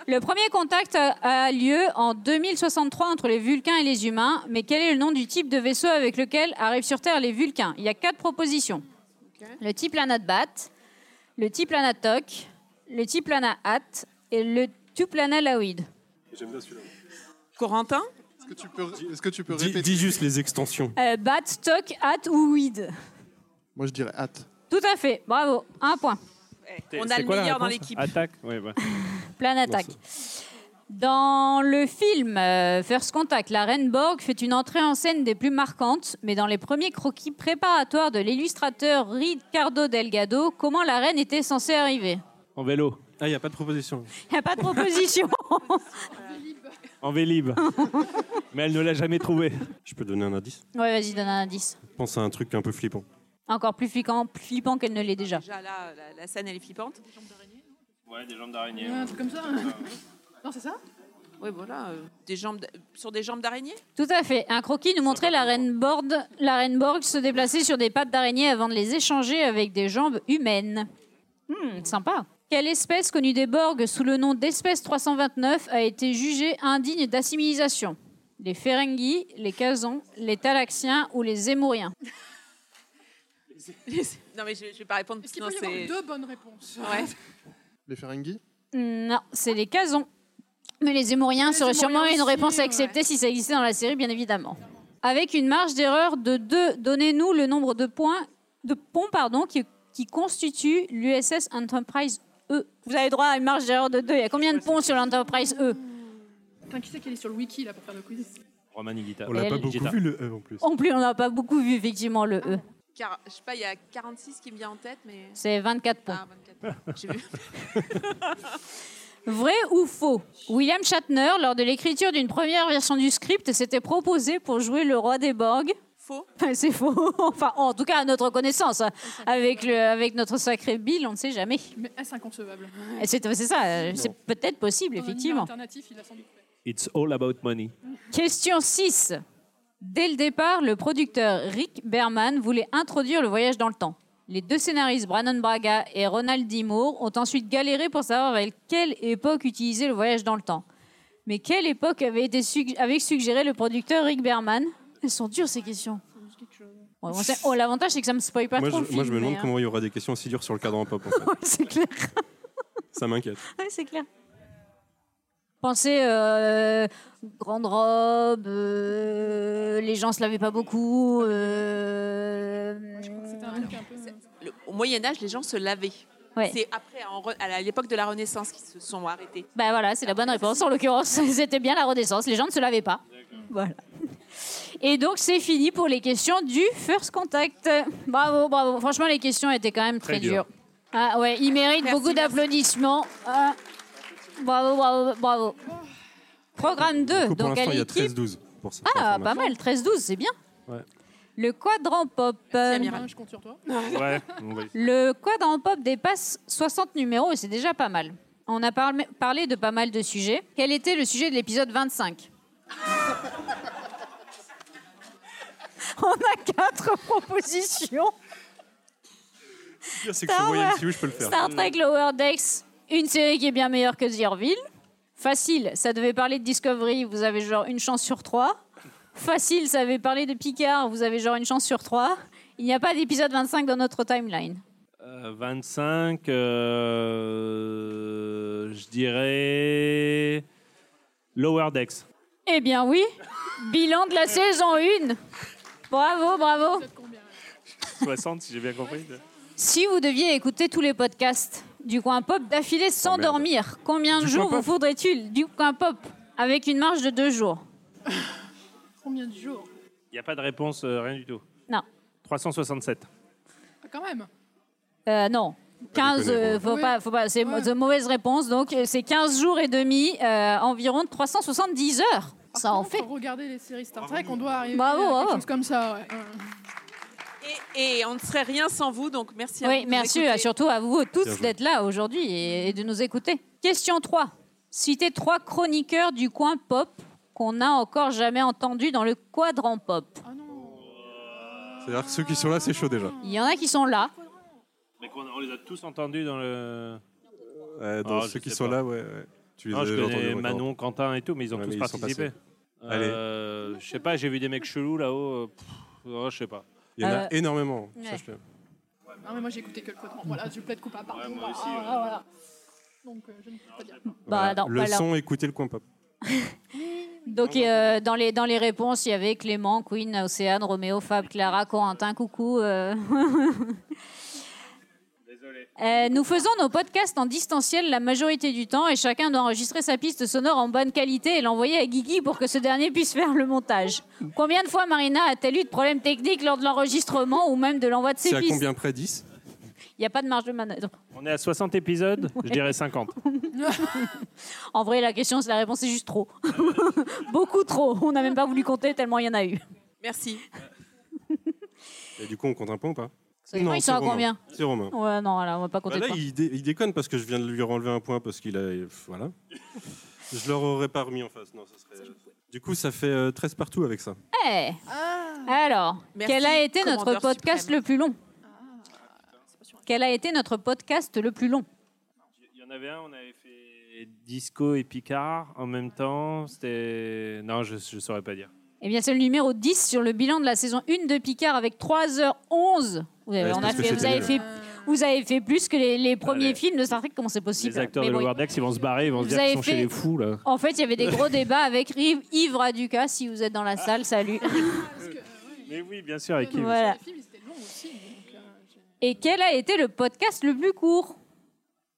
Speaker 2: Le premier contact a- a lieu en 2063 entre les Vulcains et les humains, mais quel est le nom du type de vaisseau avec lequel arrivent sur Terre les Vulcains Il y a quatre propositions. Le type Lana Bat, le type Lana Tok, le type Lana Hat et le Tuplana Laoid.
Speaker 5: Corentin
Speaker 1: Est-ce que tu peux, est-ce que tu peux
Speaker 4: Dis,
Speaker 1: répéter
Speaker 4: dis juste les extensions.
Speaker 2: Euh, bat, toc, hat ou weed
Speaker 1: Moi, je dirais hâte.
Speaker 2: Tout à fait, bravo, un point.
Speaker 5: On a
Speaker 3: Eh, C'est
Speaker 5: le
Speaker 3: quoi la
Speaker 5: meilleur dans
Speaker 3: réponse
Speaker 5: l'équipe.
Speaker 3: Attaque ouais, bah.
Speaker 2: Plein attaque. Dans le film euh, First Contact, la Reine Borg fait une entrée en scène des plus marquantes, mais dans les premiers croquis préparatoires de l'illustrateur Ricardo Delgado, comment la Reine était censée arriver
Speaker 3: En vélo.
Speaker 4: Ah, il n'y a pas de proposition.
Speaker 2: Il n'y a pas de proposition.
Speaker 3: En vélib. mais elle ne l'a jamais trouvé.
Speaker 4: Je peux donner un indice
Speaker 2: [LAUGHS] ouais, vas-y, donne un indice.
Speaker 4: Pense à un truc un peu flippant.
Speaker 2: Encore plus flippant, plus flippant qu'elle ne l'est déjà.
Speaker 5: Déjà, là, la, la scène, elle est flippante.
Speaker 3: Ouais, des jambes d'araignée.
Speaker 6: Un truc comme ça. [LAUGHS] Non, c'est ça
Speaker 5: Oui, voilà. euh, des jambes d- sur des jambes d'araignée [LAUGHS]
Speaker 2: Tout à fait. Un croquis nous montrait la reine, Borg, la reine Borg se déplacer sur des pattes d'araignée avant de les échanger avec des jambes humaines. Hmm, sympa. Quelle espèce connue des Borg sous le nom d'espèce 329 a été jugée indigne d'assimilation Les Ferengi, les Kazons, les Talaxiens ou les Émouriens
Speaker 5: Non, mais je ne vais pas répondre.
Speaker 6: Est-ce qu'il
Speaker 5: sinon
Speaker 6: peut y avoir
Speaker 5: c'est...
Speaker 6: deux bonnes réponses
Speaker 5: Ouais.
Speaker 1: Les Ferengi
Speaker 2: Hmm, Non, c'est les Kazons. Mais les Émouriens
Speaker 6: Les
Speaker 2: seraient sûrement
Speaker 6: Émouriens
Speaker 2: une
Speaker 6: aussi,
Speaker 2: réponse
Speaker 6: ouais.
Speaker 2: acceptée si ça existait dans la série, bien évidemment. Avec une marge d'erreur de 2, donnez-nous le nombre de points de ponts pardon, qui, qui constituent l'USS Enterprise E. Vous avez droit à une marge d'erreur de 2. Il y a combien de ponts sur l'Enterprise E
Speaker 6: Putain, qui c'est qui est sur le wiki là pour faire le quiz
Speaker 3: Roman Higuita.
Speaker 4: On l'a
Speaker 2: Et
Speaker 4: pas
Speaker 2: elle-
Speaker 4: beaucoup
Speaker 3: Gita.
Speaker 4: vu le E en plus.
Speaker 2: En plus, on n'a pas beaucoup vu, effectivement, le E.
Speaker 5: Car, je sais pas, il y a 46 qui me vient en tête, mais.
Speaker 2: C'est 24
Speaker 5: Ah,
Speaker 2: points.
Speaker 5: 24. J'ai vu.
Speaker 2: Vrai ou faux William Shatner, lors de l'écriture d'une première version du script, s'était proposé pour jouer le roi des Borg.
Speaker 5: Faux.
Speaker 2: C'est faux. [LAUGHS] Enfin, en tout cas, à notre connaissance. hein. Avec, le, avec notre sacré Bill, on ne sait jamais.
Speaker 6: Mais est-ce inconcevable
Speaker 2: Et C'est c'est ça, euh, c'est peut-être possible,
Speaker 6: Un
Speaker 2: effectivement.
Speaker 6: alternatif, il a sans doute fait.
Speaker 3: It's all about money.
Speaker 2: Question 6. Dès le départ, le producteur Rick Berman voulait introduire le voyage dans le temps. Les deux scénaristes Brannon Braga et Ronald D. Moore ont ensuite galéré pour savoir à quelle époque utiliser le voyage dans le temps. Mais quelle époque avait été sug- avait suggéré le producteur Rick Berman Elles sont dures ces questions. Ouais, bon, c'est- oh, L'avantage c'est que ça me spoil pas
Speaker 4: Moi,
Speaker 2: trop. le
Speaker 4: je, moi, je
Speaker 2: film,
Speaker 4: me demande
Speaker 2: mais, hein.
Speaker 4: comment il y aura des questions aussi dures sur le cadran pop. En fait.
Speaker 2: [LAUGHS] c'est clair.
Speaker 4: Ça m'inquiète.
Speaker 2: Ouais, c'est clair. Pensez euh, grande robe, euh, les gens se lavaient pas beaucoup. euh,
Speaker 6: Je crois que c'était un truc un peu.
Speaker 5: Le- au Moyen-Âge, les gens se lavaient.
Speaker 2: Ouais.
Speaker 5: C'est après, en re- à la- à l'époque de la Renaissance, qu'ils se sont arrêtés.
Speaker 2: Bah voilà, c'est la bonne réponse en l'occurrence. [LAUGHS] C'était bien la Renaissance, les gens ne se lavaient pas. Voilà. Et donc c'est fini pour les questions du First Contact. Bravo, bravo. Franchement, les questions étaient quand même très,
Speaker 3: Très
Speaker 2: dures.
Speaker 3: dures.
Speaker 2: Ah ouais, ils méritent
Speaker 5: Merci,
Speaker 2: beaucoup
Speaker 5: merci.
Speaker 2: d'applaudissements. Ah, bravo, bravo, bravo. Programme 2,
Speaker 4: Du coup, pour
Speaker 2: donc
Speaker 4: l'instant,
Speaker 2: elle
Speaker 4: il y a
Speaker 2: équipe.
Speaker 4: 13-12 pour ça.
Speaker 2: Ah, pas mal, 13-12, c'est bien.
Speaker 3: Ouais.
Speaker 2: Le quadrant pop. euh,
Speaker 5: Amira.
Speaker 6: Romain, je compte sur toi.
Speaker 3: Ouais, on va-
Speaker 2: le quadrant pop dépasse 60 numéros et c'est déjà pas mal. On a par- parlé de pas mal de sujets. Quel était le sujet de l'épisode 25 [LAUGHS] On a quatre propositions.
Speaker 4: pire, c'est que
Speaker 2: Star
Speaker 4: sur Royal
Speaker 2: Wars.
Speaker 4: MCU, je peux le faire.
Speaker 2: Star Trek Lower Decks, une série qui est bien meilleure que Zierville. Facile, ça devait parler de Discovery, vous avez genre une chance sur trois. Facile, ça devait parler de Picard, vous avez genre une chance sur trois. Il n'y a pas d'épisode 25 dans notre timeline.
Speaker 3: [LAUGHS] Euh, 25, euh, je dirais Lower Decks.
Speaker 2: Eh bien oui, bilan de la saison 1. Bravo, bravo.
Speaker 6: Peut-être combien
Speaker 3: 60, si j'ai bien compris.
Speaker 2: Si vous deviez écouter tous les podcasts du coin pop d'affilée sans
Speaker 4: Oh merde.
Speaker 2: dormir, combien de
Speaker 4: Du
Speaker 2: jours
Speaker 4: coin
Speaker 2: vous
Speaker 4: pop
Speaker 2: faudrait-il du coin pop avec une marge de deux jours
Speaker 6: Combien de jours
Speaker 3: Il n'y a pas de réponse, euh, rien du tout.
Speaker 2: Non.
Speaker 3: 367.
Speaker 6: Ah, Quand même.
Speaker 2: Euh,
Speaker 4: Ah,
Speaker 2: non. 15,
Speaker 4: déconner,
Speaker 2: euh,
Speaker 4: ouais.
Speaker 2: faut
Speaker 6: Oui.
Speaker 2: pas, faut pas, c'est
Speaker 6: Ouais.
Speaker 2: de mauvaise réponse. Donc, euh, c'est 15 jours et demi, euh, environ 370 heures.
Speaker 6: Par
Speaker 2: Ça en
Speaker 6: contre,
Speaker 2: fait.
Speaker 6: Pour regarder les séries Star Trek, on doit arriver
Speaker 2: Bravo,
Speaker 6: à
Speaker 2: bravo.
Speaker 6: quelque chose comme ça. ouais. Euh,
Speaker 5: Et, et on ne serait rien sans vous, donc merci à vous.
Speaker 2: Oui,
Speaker 5: de nous
Speaker 2: merci
Speaker 5: écouter.
Speaker 2: euh, surtout à vous
Speaker 4: Bien
Speaker 2: tous
Speaker 4: joué.
Speaker 2: d'être là aujourd'hui et, et de nous écouter. Question 3. Citez trois chroniqueurs du coin pop qu'on n'a encore jamais entendu dans le quadrant pop.
Speaker 6: Ah non.
Speaker 4: C'est-à-dire que ceux qui sont là, c'est chaud déjà.
Speaker 2: Il y en a qui sont là.
Speaker 3: Mais qu'on- on les a tous entendus dans le.
Speaker 4: Euh, dans
Speaker 3: Ah, je
Speaker 4: ceux qui
Speaker 3: sais
Speaker 4: sont
Speaker 3: pas.
Speaker 4: là, ouais. ouais. Tu les
Speaker 3: Non, je
Speaker 4: avais entendus,
Speaker 3: connais
Speaker 4: ouais,
Speaker 3: Manon, Quentin et tout, mais ils ont
Speaker 4: Ouais,
Speaker 3: tous
Speaker 4: mais ils sont
Speaker 3: participé. Euh, je sais pas, j'ai vu des mecs chelous là-haut. euh, pff, oh, je sais pas.
Speaker 4: Il y en
Speaker 2: Euh,
Speaker 4: a énormément. ça,
Speaker 2: ouais.
Speaker 4: je peux-
Speaker 6: Ah, mais moi, j'ai écouté que le quadrant. Voilà, je plaide coupable. Pardon.
Speaker 3: moi aussi,
Speaker 6: Ah,
Speaker 3: ouais.
Speaker 6: ah, voilà. Donc, euh, je ne peux pas dire.
Speaker 2: Bah, non,
Speaker 4: le
Speaker 2: pas là.
Speaker 4: son, écoutez le coin pop.
Speaker 2: Donc, euh, dans, les, dans les réponses, il y avait Clément, Queen, Océane, Roméo, Fab, Clara, Corentin, coucou. euh. Euh, nous faisons nos podcasts en distanciel la majorité du temps et chacun doit enregistrer sa piste sonore en bonne qualité et l'envoyer à Guigui pour que ce dernier puisse faire le montage. Combien de fois Marina a-t-elle eu de problèmes techniques lors de l'enregistrement ou même de l'envoi de ses
Speaker 4: C'est à
Speaker 2: pistes
Speaker 4: combien près 10
Speaker 2: Il n'y a pas de marge de manœuvre.
Speaker 3: On est à 60 épisodes, je dirais 50.
Speaker 2: En vrai, la question, c'est la réponse, c'est juste trop. [LAUGHS] Beaucoup trop. On n'a même pas voulu compter tellement il y en a eu.
Speaker 5: Merci.
Speaker 4: Et du coup, on compte un point ou pas
Speaker 2: Seulement, ils
Speaker 4: c'est
Speaker 2: sont à
Speaker 4: Romain.
Speaker 2: combien
Speaker 4: C'est Romain.
Speaker 2: Ouais, non, là, on va pas compter.
Speaker 4: Bah là,
Speaker 2: le point.
Speaker 4: il, dé- il déconne parce que je viens de lui renlever un point parce qu'il a. euh, Voilà. je leur aurais pas remis en face. Non, ça serait... Du coup, ça fait euh, 13 partout avec ça.
Speaker 2: Eh. Alors,
Speaker 5: Merci,
Speaker 2: quel a été notre
Speaker 5: commandeur
Speaker 2: podcast
Speaker 5: suprême.
Speaker 2: le plus long
Speaker 6: C'est pas sûr.
Speaker 2: Quel a été notre podcast le plus long
Speaker 3: [LAUGHS] Il y en avait un, on avait fait Disco et Picard en même temps. C'était. Non, je, je saurais pas dire.
Speaker 2: Eh bien, c'est le numéro 10 sur le bilan de la saison 1 de Picard avec 3h11. Vous avez,
Speaker 4: Ouais,
Speaker 2: on
Speaker 4: c'est
Speaker 2: a
Speaker 4: parce que
Speaker 2: fait, vous,
Speaker 4: c'était hein.
Speaker 2: avez
Speaker 4: le-
Speaker 2: fait, vous avez fait plus que les, les premiers
Speaker 3: les-
Speaker 2: films de Star Trek. Comment c'est possible
Speaker 3: les acteurs
Speaker 2: Mais
Speaker 3: de
Speaker 2: bon,
Speaker 3: Lower Decks, ils vont se barrer, ils vont
Speaker 2: Vous
Speaker 3: se dire qu'ils
Speaker 2: avez
Speaker 3: sont
Speaker 2: fait-
Speaker 3: chez les fous là.
Speaker 2: En fait, il y avait des
Speaker 4: [LAUGHS]
Speaker 2: gros débats avec Yves, Yves Raduca. Si vous êtes dans la salle, salut.
Speaker 6: Parce que, euh, ouais,
Speaker 3: Mais oui, bien sûr, avec qui
Speaker 6: euh,
Speaker 2: Voilà.
Speaker 6: Les films, c'était long aussi. donc, euh, j'ai-
Speaker 2: Et quel a été le podcast le plus court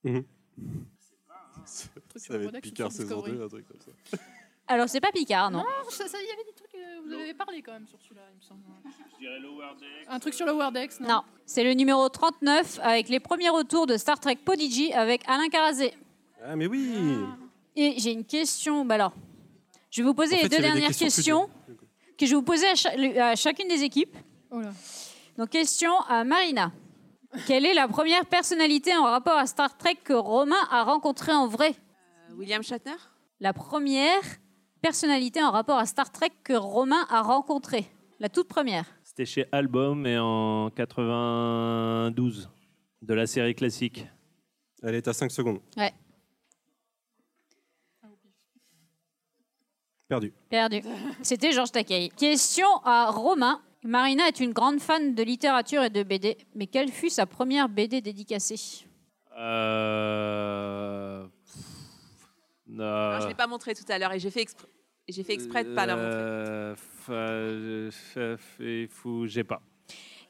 Speaker 6: truc sur le Rodex, c'est sur Discovery.
Speaker 4: un truc comme ça.
Speaker 2: Alors, c'est pas Picard, non.
Speaker 6: Non, ça, ça, il y avait des trucs. euh, vous avez parlé quand même sur celui-là, il me semble. Un truc sur le Wardex, non
Speaker 2: Non, c'est le numéro 39 avec les premiers retours de Star Trek Prodigy avec Alain Carazé.
Speaker 4: Ah, mais oui
Speaker 2: Et j'ai une question. Bah alors, je vais vous poser
Speaker 4: En
Speaker 2: les
Speaker 4: fait,
Speaker 2: deux
Speaker 4: il y avait des
Speaker 2: dernières questions,
Speaker 4: questions
Speaker 2: que je vais vous poser à, cha- le- à chacune des équipes.
Speaker 6: Oh là.
Speaker 2: Donc, question à Marina. Quelle est la première personnalité en rapport à Star Trek que Romain a rencontrée en vrai
Speaker 5: Euh, William Shatner
Speaker 2: La première personnalité en rapport à Star Trek que Romain a rencontrée. La toute première.
Speaker 3: C'était chez Album et en 92 de la série classique.
Speaker 4: Elle est à 5 secondes. Perdu.
Speaker 2: Perdu. C'était Georges Takei. Question à Romain. Marina est une grande fan de littérature et de BD, mais quelle fut sa première BD dédicacée
Speaker 3: Euh... pff,
Speaker 5: Non,
Speaker 2: Ah,
Speaker 3: euh,
Speaker 5: Je ne l'ai pas montré tout à l'heure et j'ai fait exprès. et J'ai fait exprès de ne pas la montrer.
Speaker 3: Euh, f- euh, f- et fou, j'ai pas.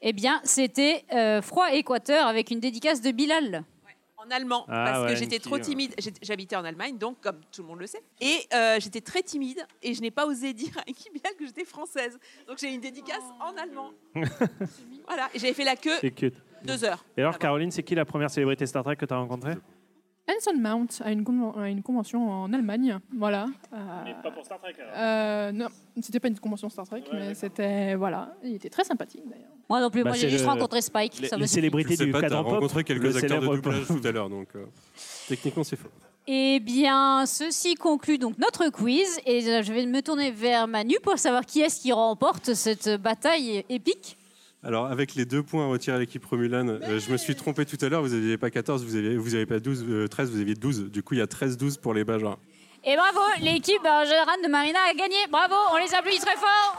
Speaker 2: Eh bien, c'était euh, Froid Équateur avec une dédicace de Bilal.
Speaker 5: En allemand,
Speaker 3: Ah
Speaker 5: parce
Speaker 3: ouais,
Speaker 5: que j'étais
Speaker 3: Niki,
Speaker 5: trop
Speaker 3: ouais.
Speaker 5: timide. J'étais- J'habitais en Allemagne, donc comme tout le monde le sait. Et euh, j'étais très timide et je n'ai pas osé [LAUGHS] dire à Niki Bilal que j'étais française. Donc j'ai une dédicace en
Speaker 2: [LAUGHS]
Speaker 5: allemand. voilà, et j'avais fait la queue
Speaker 3: C'est cute.
Speaker 5: deux heures.
Speaker 3: Et
Speaker 2: Ah
Speaker 3: alors, Caroline, c'est qui la première célébrité Star Trek que tu as rencontrée
Speaker 6: Anson Mount a une, conven- a une convention en Allemagne, voilà. Euh,
Speaker 3: pour Star Trek.
Speaker 6: euh, non, c'était pas une convention Star Trek, mais c'était voilà, il était très sympathique d'ailleurs.
Speaker 2: Moi non plus,
Speaker 3: Bah,
Speaker 2: moi j'ai
Speaker 3: c'est
Speaker 2: juste
Speaker 3: le-
Speaker 2: rencontré Spike.
Speaker 3: Les,
Speaker 2: ça
Speaker 3: les
Speaker 2: me suffit.
Speaker 4: Je
Speaker 3: célébrités
Speaker 4: sais
Speaker 3: du
Speaker 4: pas, t'as
Speaker 3: cadran pop.
Speaker 4: rencontré quelques
Speaker 3: le
Speaker 4: acteurs de
Speaker 3: célèbre
Speaker 4: doublage tout à l'heure, donc
Speaker 3: [LAUGHS]
Speaker 4: euh, techniquement c'est faux.
Speaker 2: Eh bien, ceci conclut donc notre quiz et euh, je vais me tourner vers Manu pour savoir qui est-ce qui remporte cette bataille épique.
Speaker 4: Alors, avec les deux points à retirer à l'équipe Romulane, euh, je me suis trompé tout à l'heure. Vous n'aviez pas 14, vous n'aviez vous avez pas 12, euh, 13, vous aviez 12. Du coup, il y a 13-12 pour les Bajars.
Speaker 2: Et bravo, l'équipe en général de Marina a gagné. Bravo, on les applaudit très fort.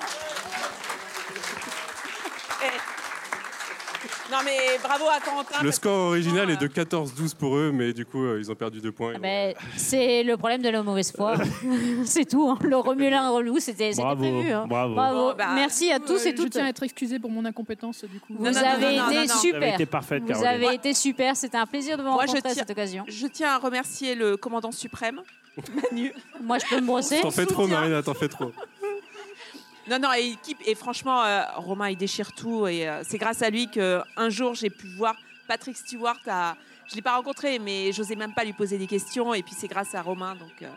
Speaker 5: Non mais bravo à Corentin.
Speaker 4: Le
Speaker 5: Ah, parce que-
Speaker 4: score original est de 14-12 pour eux, mais du coup, euh, ils ont perdu deux points.
Speaker 2: Ah ben, c'est le problème de la mauvaise foi.
Speaker 3: [LAUGHS]
Speaker 2: c'est tout. hein. Le Romulin relou, c'était c'était
Speaker 3: Bravo,
Speaker 2: prévu. hein.
Speaker 3: bravo.
Speaker 5: Bon, bah,
Speaker 2: Merci à tous et
Speaker 6: Je
Speaker 2: toutes.
Speaker 6: tiens à être excusé pour mon incompétence du coup.
Speaker 5: Vous Non,
Speaker 2: Vous
Speaker 5: non, non,
Speaker 2: avez
Speaker 5: non, non,
Speaker 2: été
Speaker 5: non.
Speaker 3: Vous avez
Speaker 2: super.
Speaker 3: été parfaite,
Speaker 2: Vous
Speaker 3: Caroline.
Speaker 2: avez été super. C'était un plaisir de vous
Speaker 5: Moi, je
Speaker 2: rencontrer à
Speaker 5: tiens-
Speaker 2: cette occasion.
Speaker 5: Je tiens à remercier le commandant suprême, Manu.
Speaker 2: Moi, je peux me brosser.
Speaker 3: [LAUGHS]
Speaker 4: T'en fais trop,
Speaker 5: soutien.
Speaker 4: Marina, t'en fais trop.
Speaker 5: Non, non, et, l'équipe- et franchement, euh, Romain, il déchire tout. Et euh, c'est grâce à lui qu'un jour, j'ai pu voir Patrick Stewart. À... Je ne l'ai pas rencontré, mais j'osais même pas lui poser des questions. Et puis, c'est grâce à Romain. Donc, euh,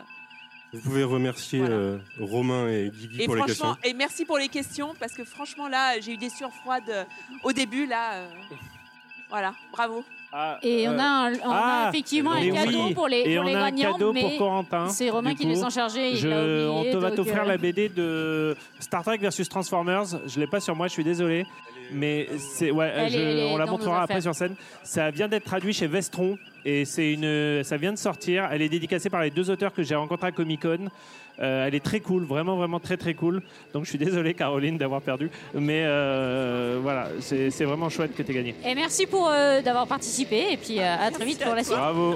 Speaker 4: Vous pouvez remercier
Speaker 5: Voilà.
Speaker 4: euh, Romain et Guigui
Speaker 5: Et
Speaker 4: pour les questions.
Speaker 5: franchement, et merci pour les questions, parce que franchement, là, j'ai eu des sueurs froides euh, au début. Là, euh, voilà, bravo.
Speaker 3: Ah,
Speaker 2: Et on a,
Speaker 3: euh,
Speaker 2: un- on a
Speaker 3: ah,
Speaker 2: effectivement
Speaker 3: mais
Speaker 2: un cadeau
Speaker 3: oui.
Speaker 2: pour les,
Speaker 3: Et
Speaker 2: pour
Speaker 3: on
Speaker 2: les
Speaker 3: a un
Speaker 2: gagnants.
Speaker 3: cadeau
Speaker 2: mais
Speaker 3: pour Corentin.
Speaker 2: c'est Romain
Speaker 3: du
Speaker 2: qui les
Speaker 3: coup.
Speaker 2: en chargé. il
Speaker 3: Je-
Speaker 2: l'a oublié,
Speaker 3: on te va
Speaker 2: donc,
Speaker 3: t'offrir
Speaker 2: euh,
Speaker 3: la BD de Star Trek versus Transformers. Je l'ai pas sur moi, je suis désolé, mais c'est ouais,
Speaker 2: Elle
Speaker 3: je-
Speaker 2: est- elle est
Speaker 3: on la
Speaker 2: dans nos
Speaker 3: montrera après
Speaker 2: affaires.
Speaker 3: sur scène. Ça vient d'être traduit chez Vestron et c'est une, ça vient de sortir. Elle est dédicacée par les deux auteurs que j'ai rencontrés à Comic Con. Euh, elle est très cool, vraiment vraiment très très cool. Donc je suis désolé Caroline d'avoir perdu, mais euh, voilà, c'est c'est vraiment chouette que tu aies gagné.
Speaker 2: Et merci pour euh, d'avoir participé. Et puis, euh, à très vite pour la suite.
Speaker 3: Bravo.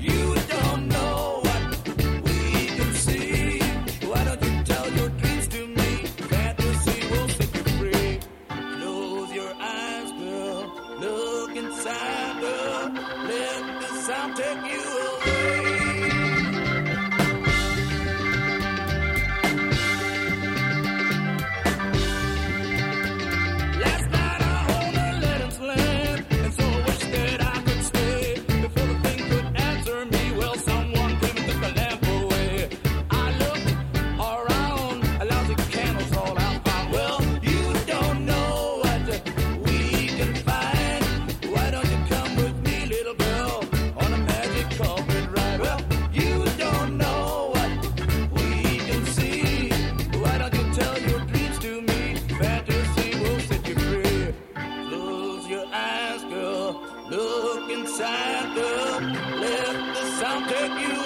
Speaker 7: You don't know what we can see. Why don't you tell your dreams to me? Fantasy will set you free. Close your eyes, girl. Look inside, girl. Let the sound take you away. Last night I only let him slip, and so I wish that I could stay before the thing could answer me. Well, someone came and took the lamp away. I looked around, a lousy candle's all I found. Well, you don't know what we can find. Why don't you come with me, little girl, on a magic carpet ride? Well, you don't know what we can see. Why don't you tell your dreams to me? Fantasy will set you free. Close your eyes, girl. Look inside, girl. Let the sound take you